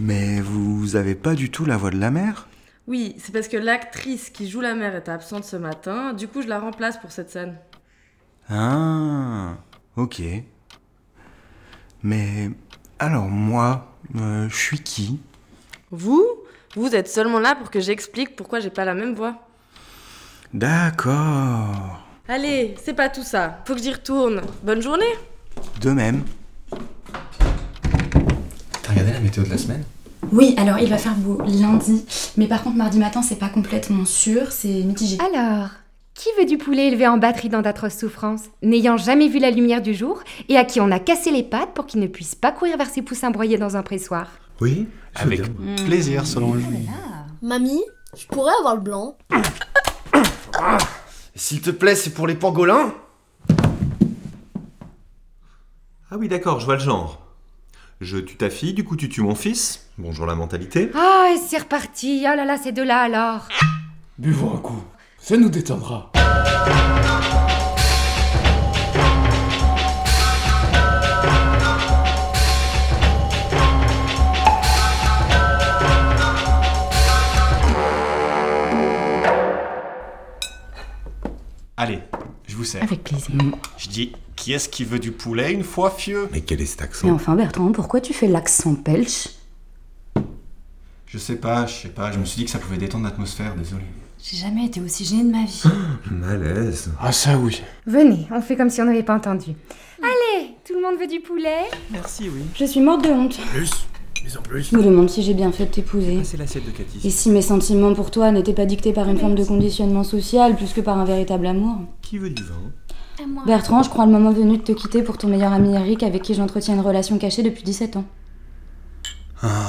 Speaker 11: Mais vous avez pas du tout la voix de la mère
Speaker 1: Oui, c'est parce que l'actrice qui joue la mère est absente ce matin. Du coup, je la remplace pour cette scène.
Speaker 11: Ah, ok. Mais alors moi, euh, je suis qui
Speaker 1: Vous Vous êtes seulement là pour que j'explique pourquoi j'ai pas la même voix.
Speaker 11: D'accord.
Speaker 1: Allez, c'est pas tout ça. Faut que j'y retourne. Bonne journée.
Speaker 11: De même.
Speaker 7: T'as regardé la météo de la semaine
Speaker 37: Oui, alors il va faire beau lundi, mais par contre mardi matin c'est pas complètement sûr, c'est mitigé.
Speaker 5: Alors, qui veut du poulet élevé en batterie dans d'atroces souffrances, n'ayant jamais vu la lumière du jour et à qui on a cassé les pattes pour qu'il ne puisse pas courir vers ses poussins broyés dans un pressoir
Speaker 7: Oui, avec plaisir, Solange.
Speaker 4: Mamie, je pourrais avoir le blanc.
Speaker 39: S'il te plaît, c'est pour les pangolins
Speaker 12: Ah oui, d'accord, je vois le genre. Je tue ta fille, du coup tu tues mon fils. Bonjour la mentalité.
Speaker 5: Ah, et c'est reparti Oh là là, ces deux-là alors
Speaker 16: Buvons un coup. Ça nous détendra.
Speaker 7: Allez, je vous sers.
Speaker 37: Avec plaisir.
Speaker 7: Je dis, qui est-ce qui veut du poulet une fois fieux
Speaker 12: Mais quel est cet accent
Speaker 37: Mais enfin Bertrand, pourquoi tu fais l'accent belge
Speaker 7: Je sais pas, je sais pas, je me suis dit que ça pouvait détendre l'atmosphère, désolé.
Speaker 13: J'ai jamais été aussi gênée de ma vie.
Speaker 7: Malaise.
Speaker 16: Ah ça oui.
Speaker 5: Venez, on fait comme si on n'avait pas entendu. Allez, tout le monde veut du poulet
Speaker 38: Merci, oui.
Speaker 13: Je suis morte de honte.
Speaker 38: Plus, mais en plus.
Speaker 13: Je me demande si j'ai bien fait de t'épouser.
Speaker 38: C'est l'assiette de Cathy.
Speaker 13: Et si mes sentiments pour toi n'étaient pas dictés par une forme de conditionnement social plus que par un véritable amour
Speaker 12: Qui veut du vin
Speaker 13: Bertrand, je crois le moment venu de te quitter pour ton meilleur ami Eric avec qui j'entretiens une relation cachée depuis 17 ans.
Speaker 7: Ah.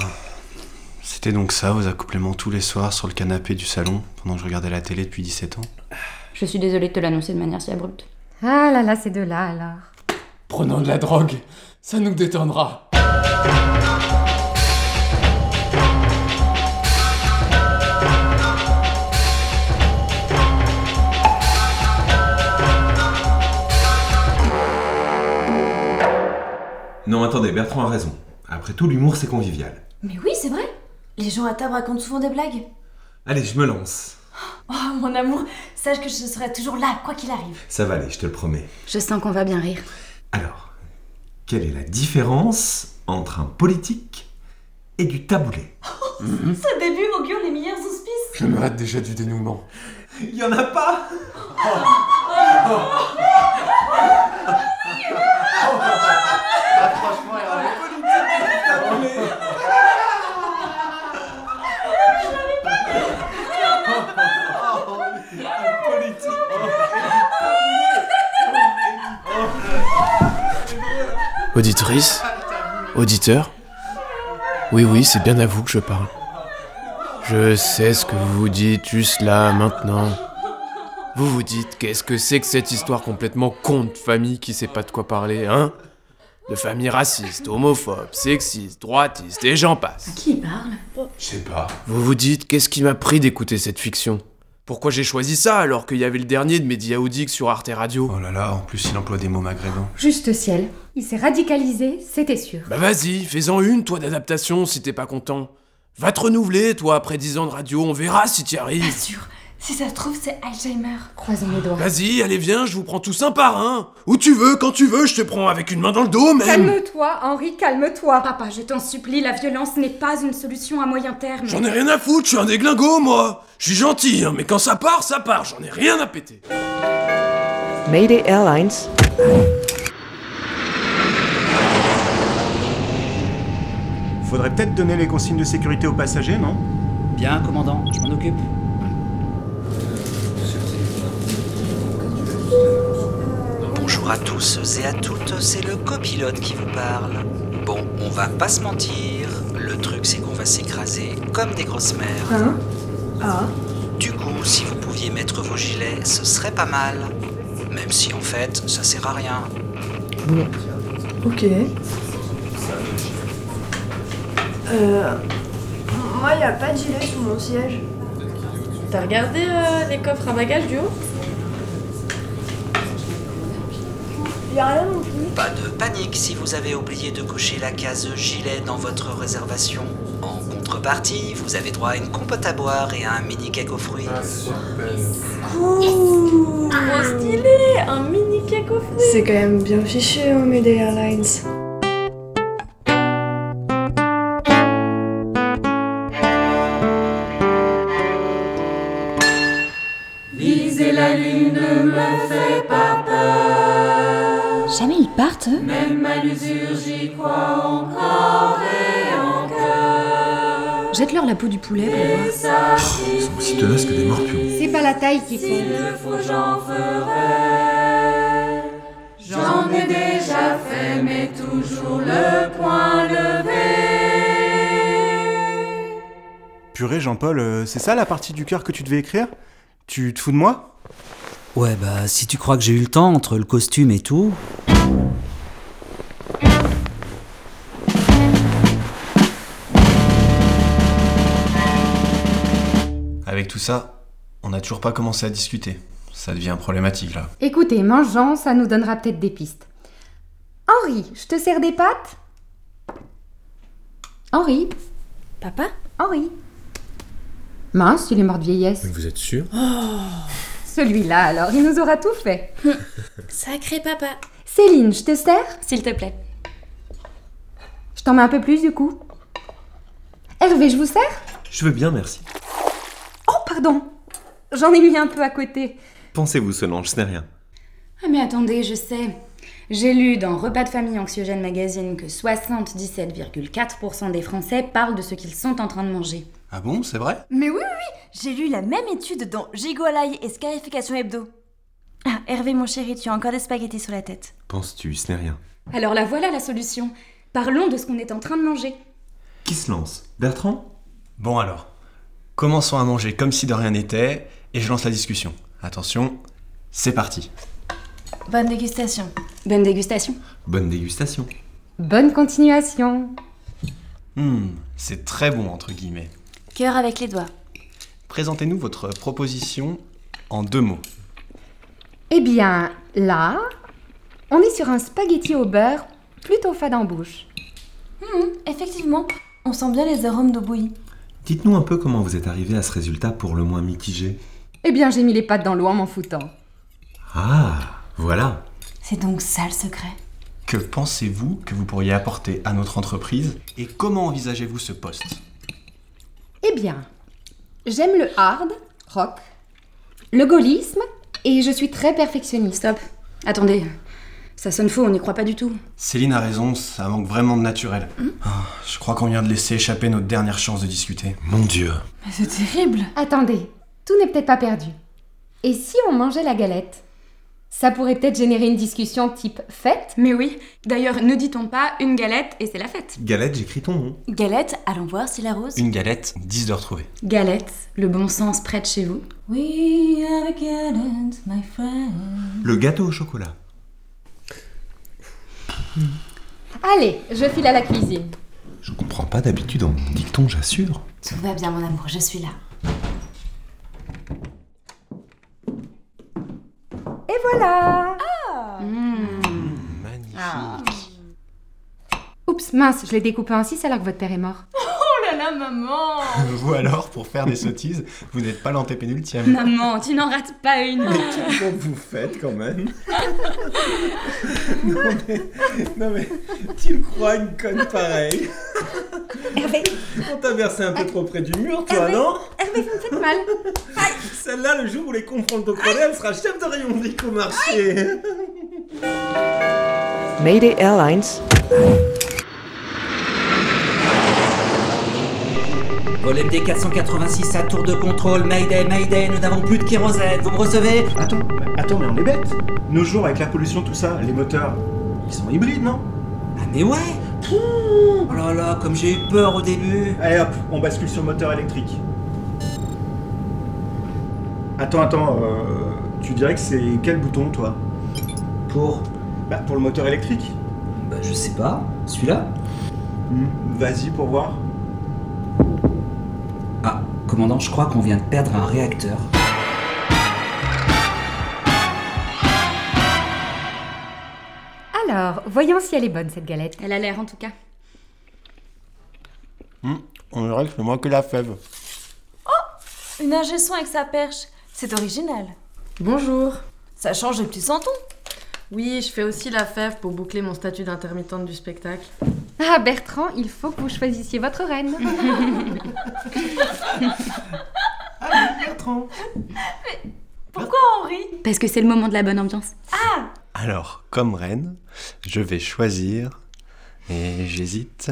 Speaker 7: C'était donc ça, aux accouplements tous les soirs sur le canapé du salon, pendant que je regardais la télé depuis 17 ans.
Speaker 13: Je suis désolée de te l'annoncer de manière si abrupte.
Speaker 5: Ah là là, ces deux-là alors
Speaker 16: Prenons de la drogue. Ça nous détendra.
Speaker 12: Non, attendez, Bertrand a raison. Après tout, l'humour c'est convivial.
Speaker 13: Mais oui, c'est vrai Les gens à table racontent souvent des blagues.
Speaker 12: Allez, je me lance.
Speaker 13: Oh mon amour, sache que je serai toujours là, quoi qu'il arrive.
Speaker 12: Ça va aller, je te le promets.
Speaker 13: Je sens qu'on va bien rire.
Speaker 12: Quelle est la différence entre un politique et du taboulé
Speaker 13: Ce début augure les meilleurs auspices.
Speaker 16: Je me hâte déjà du dénouement.
Speaker 12: Il y en a pas
Speaker 2: Franchement, elle a
Speaker 16: Auditrice Auditeur Oui, oui, c'est bien à vous que je parle. Je sais ce que vous vous dites juste là, maintenant. Vous vous dites, qu'est-ce que c'est que cette histoire complètement con de famille qui sait pas de quoi parler, hein De famille raciste, homophobe, sexiste, droitiste, et j'en passe.
Speaker 13: Qui parle
Speaker 16: Je sais pas. Vous vous dites, qu'est-ce qui m'a pris d'écouter cette fiction Pourquoi j'ai choisi ça alors qu'il y avait le dernier de Mehdi Aoudik sur Arte Radio
Speaker 40: Oh là là, en plus il emploie des mots maghrébins.
Speaker 5: Juste ciel. Il s'est radicalisé, c'était sûr.
Speaker 16: Bah vas-y, fais-en une, toi, d'adaptation, si t'es pas content. Va te renouveler, toi, après 10 ans de radio, on verra si t'y arrives.
Speaker 13: Si ça se trouve, c'est Alzheimer.
Speaker 5: Croisons les doigts.
Speaker 16: Vas-y, allez, viens, je vous prends tous un par un. Où tu veux, quand tu veux, je te prends avec une main dans le dos, même.
Speaker 13: Calme-toi, Henri, calme-toi. Papa, je t'en supplie, la violence n'est pas une solution à moyen terme.
Speaker 16: J'en ai rien à foutre, je suis un déglingo, moi. Je suis gentil, hein, mais quand ça part, ça part, j'en ai rien à péter.
Speaker 4: Mayday Airlines.
Speaker 11: Faudrait peut-être donner les consignes de sécurité aux passagers, non
Speaker 41: Bien, commandant, je m'en occupe.
Speaker 3: Bonjour à tous et à toutes, c'est le copilote qui vous parle. Bon, on va pas se mentir, le truc c'est qu'on va s'écraser comme des grosses mères.
Speaker 13: Hein Ah
Speaker 3: Du coup, si vous pouviez mettre vos gilets, ce serait pas mal. Même si en fait, ça sert à rien.
Speaker 13: Ok. Euh.
Speaker 15: Moi, y a pas de gilet sous mon siège.
Speaker 1: T'as regardé euh, les coffres à bagages du haut
Speaker 15: Y a rien non plus.
Speaker 3: Pas de panique si vous avez oublié de cocher la case gilet dans votre réservation. En contrepartie, vous avez droit à une compote à boire et à un mini cake aux fruits.
Speaker 15: Cool.
Speaker 1: Trop stylé Un mini cake au
Speaker 15: C'est quand même bien fichu, hein, Mayday Airlines.
Speaker 2: Viser la lune ne me fait pas peur.
Speaker 13: Jamais ils partent, eux
Speaker 2: Même à l'usure, j'y crois encore et encore.
Speaker 13: Jette-leur la peau du poulet pour voir.
Speaker 2: Et ça finit.
Speaker 12: Aussi tenace que des morpions.
Speaker 5: C'est pas la taille qui
Speaker 2: S'il le faut, j'en ferai. J'en ai déjà fait, mais toujours le point levé.
Speaker 11: Purée, Jean-Paul, euh, c'est ça la partie du cœur que tu devais écrire Tu te fous de moi
Speaker 41: Ouais, bah si tu crois que j'ai eu le temps entre le costume et tout.
Speaker 40: Avec tout ça, on n'a toujours pas commencé à discuter. Ça devient problématique là.
Speaker 5: Écoutez, mangeons, ça nous donnera peut-être des pistes. Henri, je te sers des pâtes Henri
Speaker 13: Papa
Speaker 5: Henri Mince, il est mort de vieillesse.
Speaker 42: Vous êtes sûr
Speaker 13: Oh.
Speaker 5: Celui-là, alors, il nous aura tout fait.
Speaker 13: Sacré papa.
Speaker 5: Céline, je te sers
Speaker 13: S'il te plaît.
Speaker 5: Je t'en mets un peu plus du coup. Hervé, je vous sers
Speaker 12: Je veux bien, merci.
Speaker 5: Oh, pardon J'en ai mis un peu à côté.
Speaker 12: Pensez-vous, Solange, ce n'est rien.
Speaker 13: Ah mais attendez, je sais. J'ai lu dans Repas de famille anxiogène magazine que 77,4% des Français parlent de ce qu'ils sont en train de manger.
Speaker 40: Ah bon, c'est vrai
Speaker 15: Mais oui, oui, oui J'ai lu la même étude dans Gigolaï et Scarification Hebdo. Ah, Hervé, mon chéri, tu as encore des spaghettis sur la tête.
Speaker 12: Penses-tu, ce n'est rien.
Speaker 13: Alors la voilà la solution. Parlons de ce qu'on est en train de manger.
Speaker 12: Qui se lance Bertrand
Speaker 40: Bon alors, commençons à manger comme si de rien n'était et je lance la discussion. Attention, c'est parti.
Speaker 13: Bonne dégustation. Bonne dégustation.
Speaker 12: Bonne dégustation.
Speaker 5: Bonne continuation.
Speaker 40: Hmm, c'est très bon entre guillemets.
Speaker 13: Cœur avec les doigts.
Speaker 40: Présentez-nous votre proposition en deux mots.
Speaker 5: Eh bien, là, on est sur un spaghetti au beurre plutôt fade en bouche.
Speaker 15: Hum, effectivement, on sent bien les arômes d'eau bouillie.
Speaker 12: Dites-nous un peu comment vous êtes arrivé à ce résultat pour le moins mitigé.
Speaker 5: Eh bien, j'ai mis les pâtes dans l'eau en m'en foutant.
Speaker 12: Ah, voilà.
Speaker 15: C'est donc ça le secret.
Speaker 40: Que pensez-vous que vous pourriez apporter à notre entreprise et comment envisagez-vous ce poste
Speaker 5: Eh bien, j'aime le hard, rock, le gaullisme et je suis très perfectionniste.
Speaker 13: Stop. Attendez. Ça sonne faux, on n'y croit pas du tout.
Speaker 40: Céline a raison, ça manque vraiment de naturel. Ah, je crois qu'on vient de laisser échapper notre dernière chance de discuter. Mon Dieu.
Speaker 5: Mais c'est terrible Attendez, tout n'est peut-être pas perdu. Et si on mangeait la galette Ça pourrait peut-être générer une discussion type fête
Speaker 13: Mais oui. D'ailleurs, ne dit-on pas une galette et c'est la fête
Speaker 12: Galette, j'écris ton nom.
Speaker 13: Galette, allons voir si la rose.
Speaker 12: Une galette, 10 de retrouver.
Speaker 13: Galette, le bon sens près de chez vous.
Speaker 2: We have a gallant, my friend.
Speaker 12: Le gâteau au chocolat.
Speaker 5: Allez, je file à la cuisine.
Speaker 12: Je comprends pas d'habitude en dicton, j'assure.
Speaker 43: Tout va bien, mon amour, je suis là.
Speaker 5: Et voilà Ah. Hmm.
Speaker 12: Magnifique.
Speaker 5: Oups, mince, je l'ai découpé en six alors que votre père est mort.
Speaker 13: Oh là là, maman
Speaker 7: Vous alors, pour faire des sottises, vous n'êtes pas l'antépénultième.
Speaker 13: Maman, tu n'en rates pas une.
Speaker 7: Comment vous faites quand même non, mais, non mais, tu le crois une conne pareille On t'a versé un peu trop près du mur, toi, non
Speaker 5: Hervé, vous me faites mal.
Speaker 7: Celle-là, le jour où les cons prennent ton collet, elle sera chef de rayon de l'écomarché.
Speaker 44: Mayday Airlines.
Speaker 3: Vol MD486 à tour de contrôle, Mayday, Mayday, nous n'avons plus de kérosène, vous me recevez
Speaker 11: Attends, mais- Bah, attends, mais on est bête. Nos jours, avec la pollution, tout ça, les moteurs, ils sont hybrides, non
Speaker 3: Ah mais ouais Oh là là, comme j'ai eu peur au début
Speaker 11: Allez hop, on bascule sur moteur électrique. Attends, attends, euh, tu dirais que c'est quel bouton, toi Pour Bah, pour le moteur électrique.
Speaker 3: Bah, je sais pas, celui-là
Speaker 11: Hmm, Vas-y pour voir.
Speaker 3: Ah, commandant, je crois qu'on vient de perdre un réacteur.
Speaker 5: Alors, voyons si elle est bonne cette galette.
Speaker 13: Elle a l'air en tout cas.
Speaker 7: Hmm,
Speaker 45: On dirait que c'est moi que la fève.
Speaker 46: Une ingé son avec sa perche, c'est original.
Speaker 1: Bonjour.
Speaker 46: Ça change le petit santon.
Speaker 1: Oui, je fais aussi la fève pour boucler mon statut d'intermittente du spectacle.
Speaker 5: Ah Bertrand, il faut que vous choisissiez votre reine.
Speaker 12: Ah,
Speaker 11: Bertrand
Speaker 46: Pourquoi on rit
Speaker 13: Parce que c'est le moment de la bonne ambiance.
Speaker 7: Alors, comme reine, je vais choisir. Et j'hésite.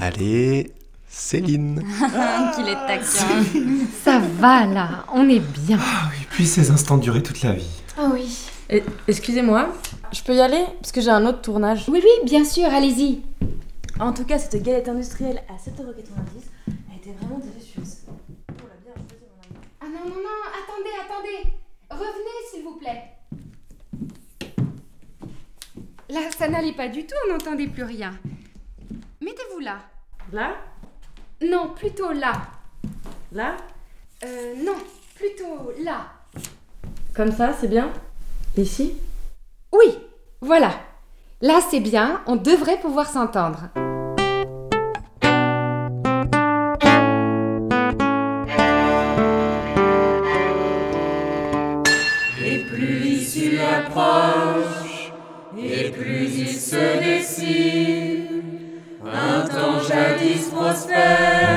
Speaker 7: Allez, Céline.
Speaker 13: Qu'il est taquin.
Speaker 5: Ça va là, on est bien.
Speaker 7: Puis ces instants durer toute la vie.
Speaker 1: Ah oui. Excusez-moi, je peux y aller Parce que j'ai un autre tournage.
Speaker 5: Oui, oui, bien sûr, allez-y.
Speaker 46: En tout cas, cette galette industrielle à 7,90€ a été vraiment délicieuse.
Speaker 5: Ah non, non, non, attendez, attendez. Revenez, s'il vous plaît. Là, ça n'allait pas du tout, on n'entendait plus rien. Mettez-vous là.
Speaker 1: Là
Speaker 5: Non, plutôt là.
Speaker 1: Là
Speaker 5: Euh, non, plutôt là.
Speaker 1: Comme ça, c'est bien Ici
Speaker 5: Oui, voilà. Là, c'est bien, on devrait pouvoir s'entendre.
Speaker 2: Et plus il s'y approche, et plus il se dessine. Un temps jadis prospère.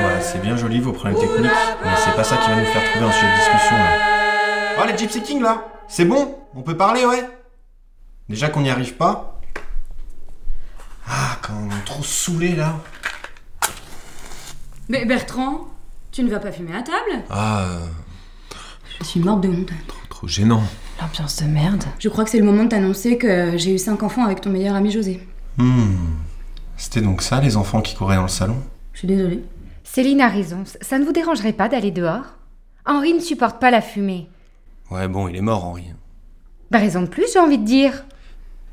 Speaker 7: Ouais, bah, c'est bien joli vos problèmes techniques, mais c'est pas ça qui va nous faire trouver un sujet de discussion là. Oh les Gypsy King là C'est bon On peut parler ouais Déjà qu'on n'y arrive pas. Ah, quand on est trop saoulé là.
Speaker 13: Mais Bertrand, tu ne vas pas fumer à table
Speaker 12: Ah, euh,
Speaker 13: Je suis morte de honte.
Speaker 12: trop gênant.
Speaker 13: L'ambiance de merde. Je crois que c'est le moment de t'annoncer que j'ai eu cinq enfants avec ton meilleur ami José.
Speaker 7: Hmm. C'était donc ça les enfants qui couraient dans le salon
Speaker 13: Je suis désolée.
Speaker 5: Céline a raison, ça ne vous dérangerait pas d'aller dehors Henri ne supporte pas la fumée.
Speaker 7: Ouais, bon, il est mort Henri.
Speaker 5: Bah, raison de plus, j'ai envie de dire.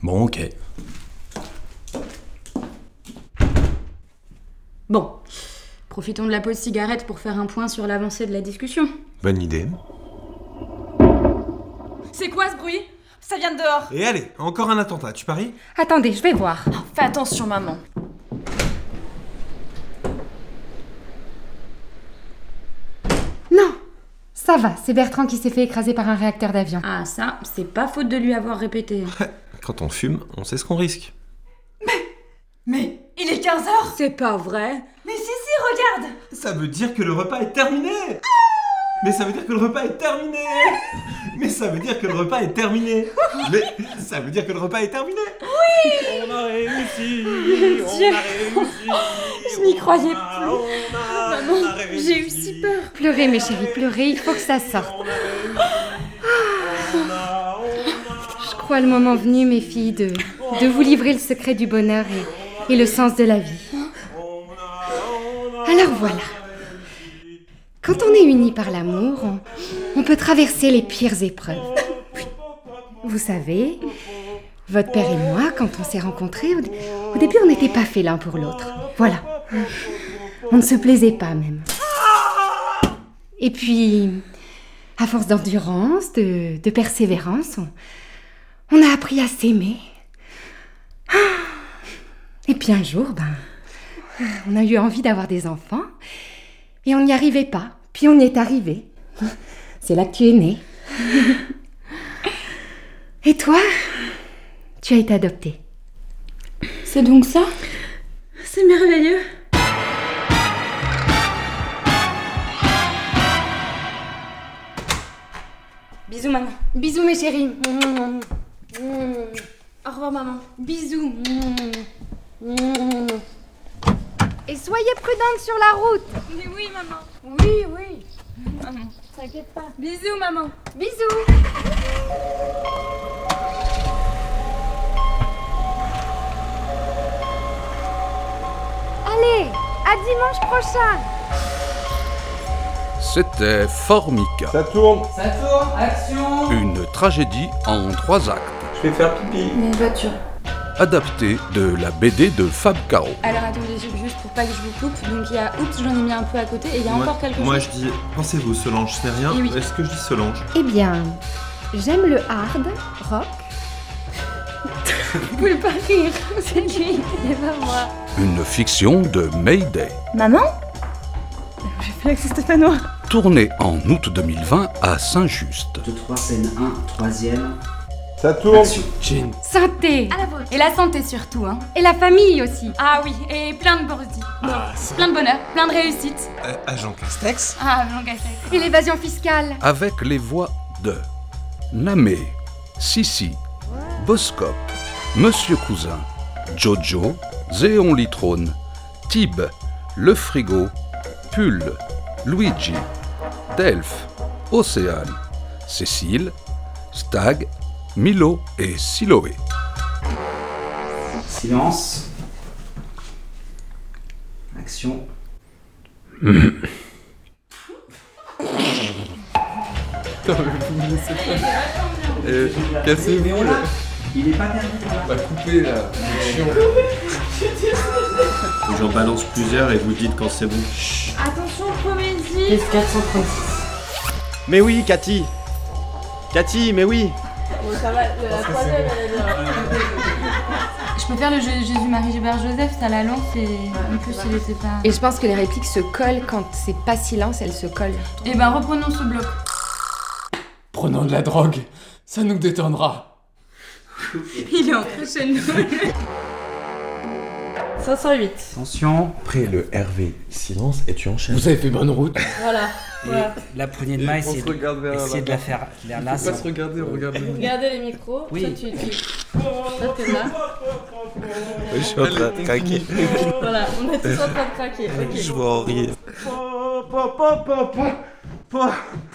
Speaker 7: Bon, ok.
Speaker 13: Bon, profitons de la pause cigarette pour faire un point sur l'avancée de la discussion.
Speaker 12: Bonne idée.
Speaker 46: C'est quoi ce bruit Ça vient de dehors.
Speaker 12: Et allez, encore un attentat, tu paries
Speaker 5: Attendez, je vais voir.
Speaker 46: Fais attention, maman.
Speaker 5: Non Ça va, c'est Bertrand qui s'est fait écraser par un réacteur d'avion.
Speaker 13: Ah, ça, c'est pas faute de lui avoir répété.
Speaker 12: Quand on fume, on sait ce qu'on risque.
Speaker 13: Mais il est 15h C'est pas vrai
Speaker 46: Mais si, si, regarde
Speaker 12: Ça veut dire que le repas est terminé Mais ça veut dire que le repas est terminé Mais ça veut dire que le repas est terminé Mais ça veut dire que le repas est terminé Oui On a réussi
Speaker 2: Dieu.
Speaker 12: Je
Speaker 5: n'y croyais plus.
Speaker 12: Maman,
Speaker 5: j'ai eu si peur. Pleurez, mes chéris, pleurez, il faut que ça sorte. Ah. Je crois le moment venu, mes filles, de, de vous livrer le secret du bonheur et, et le sens de la vie. Alors voilà. Quand on est unis par l'amour, on, on peut traverser les pires épreuves. Oui. Vous savez, votre père et moi, quand on s'est rencontrés, au, au début, on n'était pas faits l'un pour l'autre. Voilà. On ne se plaisait pas même. Et puis, à force d'endurance, de, de persévérance, on, on a appris à s'aimer. Ah. Et puis un jour, ben, on a eu envie d'avoir des enfants et on n'y arrivait pas. Puis on y est arrivé. C'est là que tu es née. Et toi, tu as été adoptée.
Speaker 17: C'est donc ça C'est merveilleux.
Speaker 13: Bisous, maman.
Speaker 5: Bisous, mes chéris.
Speaker 17: Au revoir, maman.
Speaker 5: Bisous. Et soyez prudente sur la route.
Speaker 17: Mais oui, maman. Oui, oui. Maman, t'inquiète pas. Bisous, maman.
Speaker 5: Bisous. Allez, à dimanche prochain.
Speaker 18: C'était Formica. Ça
Speaker 42: tourne.
Speaker 41: Ça tourne, action
Speaker 18: Une tragédie en trois actes.
Speaker 42: Je vais faire pipi.
Speaker 17: Une voiture.
Speaker 18: Adapté de la BD de Fab Caro.
Speaker 17: Alors attendez, ju- juste pour pas que je vous coupe, donc il y a oups, j'en ai mis un peu à côté et il y a
Speaker 12: moi,
Speaker 17: encore quelque
Speaker 12: moi,
Speaker 17: chose.
Speaker 12: je dis, pensez-vous, Solange, c'est rien.
Speaker 17: Eh oui.
Speaker 12: Est-ce que je dis Solange
Speaker 5: Eh bien, j'aime le hard rock. Vous pouvez pas rire, c'est lui, c'est pas moi.
Speaker 18: Une fiction de Mayday.
Speaker 15: Maman J'ai fait l'accès Stéphanois.
Speaker 18: Tournée en août 2020 à Saint-Just.
Speaker 41: Trois scènes 1, troisième.
Speaker 12: Ça tourne.
Speaker 5: Santé
Speaker 13: Et la santé surtout, hein.
Speaker 5: Et la famille aussi.
Speaker 13: Ah oui, et plein de Boris plein de bonheur, plein de réussite.
Speaker 12: Agent Castex.
Speaker 13: Ah, mon gars, c'est-
Speaker 5: Et l'évasion fiscale.
Speaker 18: Avec les voix de Namé, Sissi, Boscop, Monsieur Cousin, Jojo, Zéon Litrone, Tib, Le Frigo, Pull, Luigi, Delph, Océane, Cécile, Stag, Milo et Siloé.
Speaker 41: Silence. Action.
Speaker 12: Euh, cassez-vous,
Speaker 41: Mais on
Speaker 12: là.
Speaker 41: l'a. Il est pas terminé.
Speaker 12: Bah, coupez là. J'en balance plusieurs et vous dites quand c'est bon.
Speaker 1: Attention, comédie
Speaker 11: 436. Mais oui, Cathy Cathy, mais oui
Speaker 1: Bon, ça va, euh, le- la troisième, elle est bien.
Speaker 13: Je peux faire le jeu Jésus-Marie-Gilbert-Joseph, ça la lance et en plus il était pas...
Speaker 5: Et je pense que les répliques se collent quand c'est pas silence, elles se collent.
Speaker 13: Eh ben reprenons ce bloc.
Speaker 16: Prenons de la drogue, ça nous détendra.
Speaker 13: Il est entré chez nous.
Speaker 1: 508.
Speaker 41: Attention.
Speaker 7: Après le RV silence et tu enchaînes. Vous avez fait bonne route.
Speaker 1: Voilà. voilà.
Speaker 41: La poignée de main,
Speaker 7: Et on se
Speaker 41: essayez de,
Speaker 7: regarde vers
Speaker 41: essayez
Speaker 7: là-bas.
Speaker 41: de la faire vers
Speaker 7: Faut
Speaker 41: là.
Speaker 7: pas
Speaker 41: ça-
Speaker 7: se regarder, on regarde
Speaker 41: Ouais.
Speaker 1: Regardez les micros.
Speaker 41: Oui.
Speaker 1: Toi, tu, tu... Toi, t'es là.
Speaker 12: Je suis en train de craquer. Euh,
Speaker 1: voilà, on est tous en train de craquer. Ok.
Speaker 12: Je vois Henri.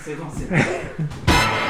Speaker 11: C'est bon, c'est bon.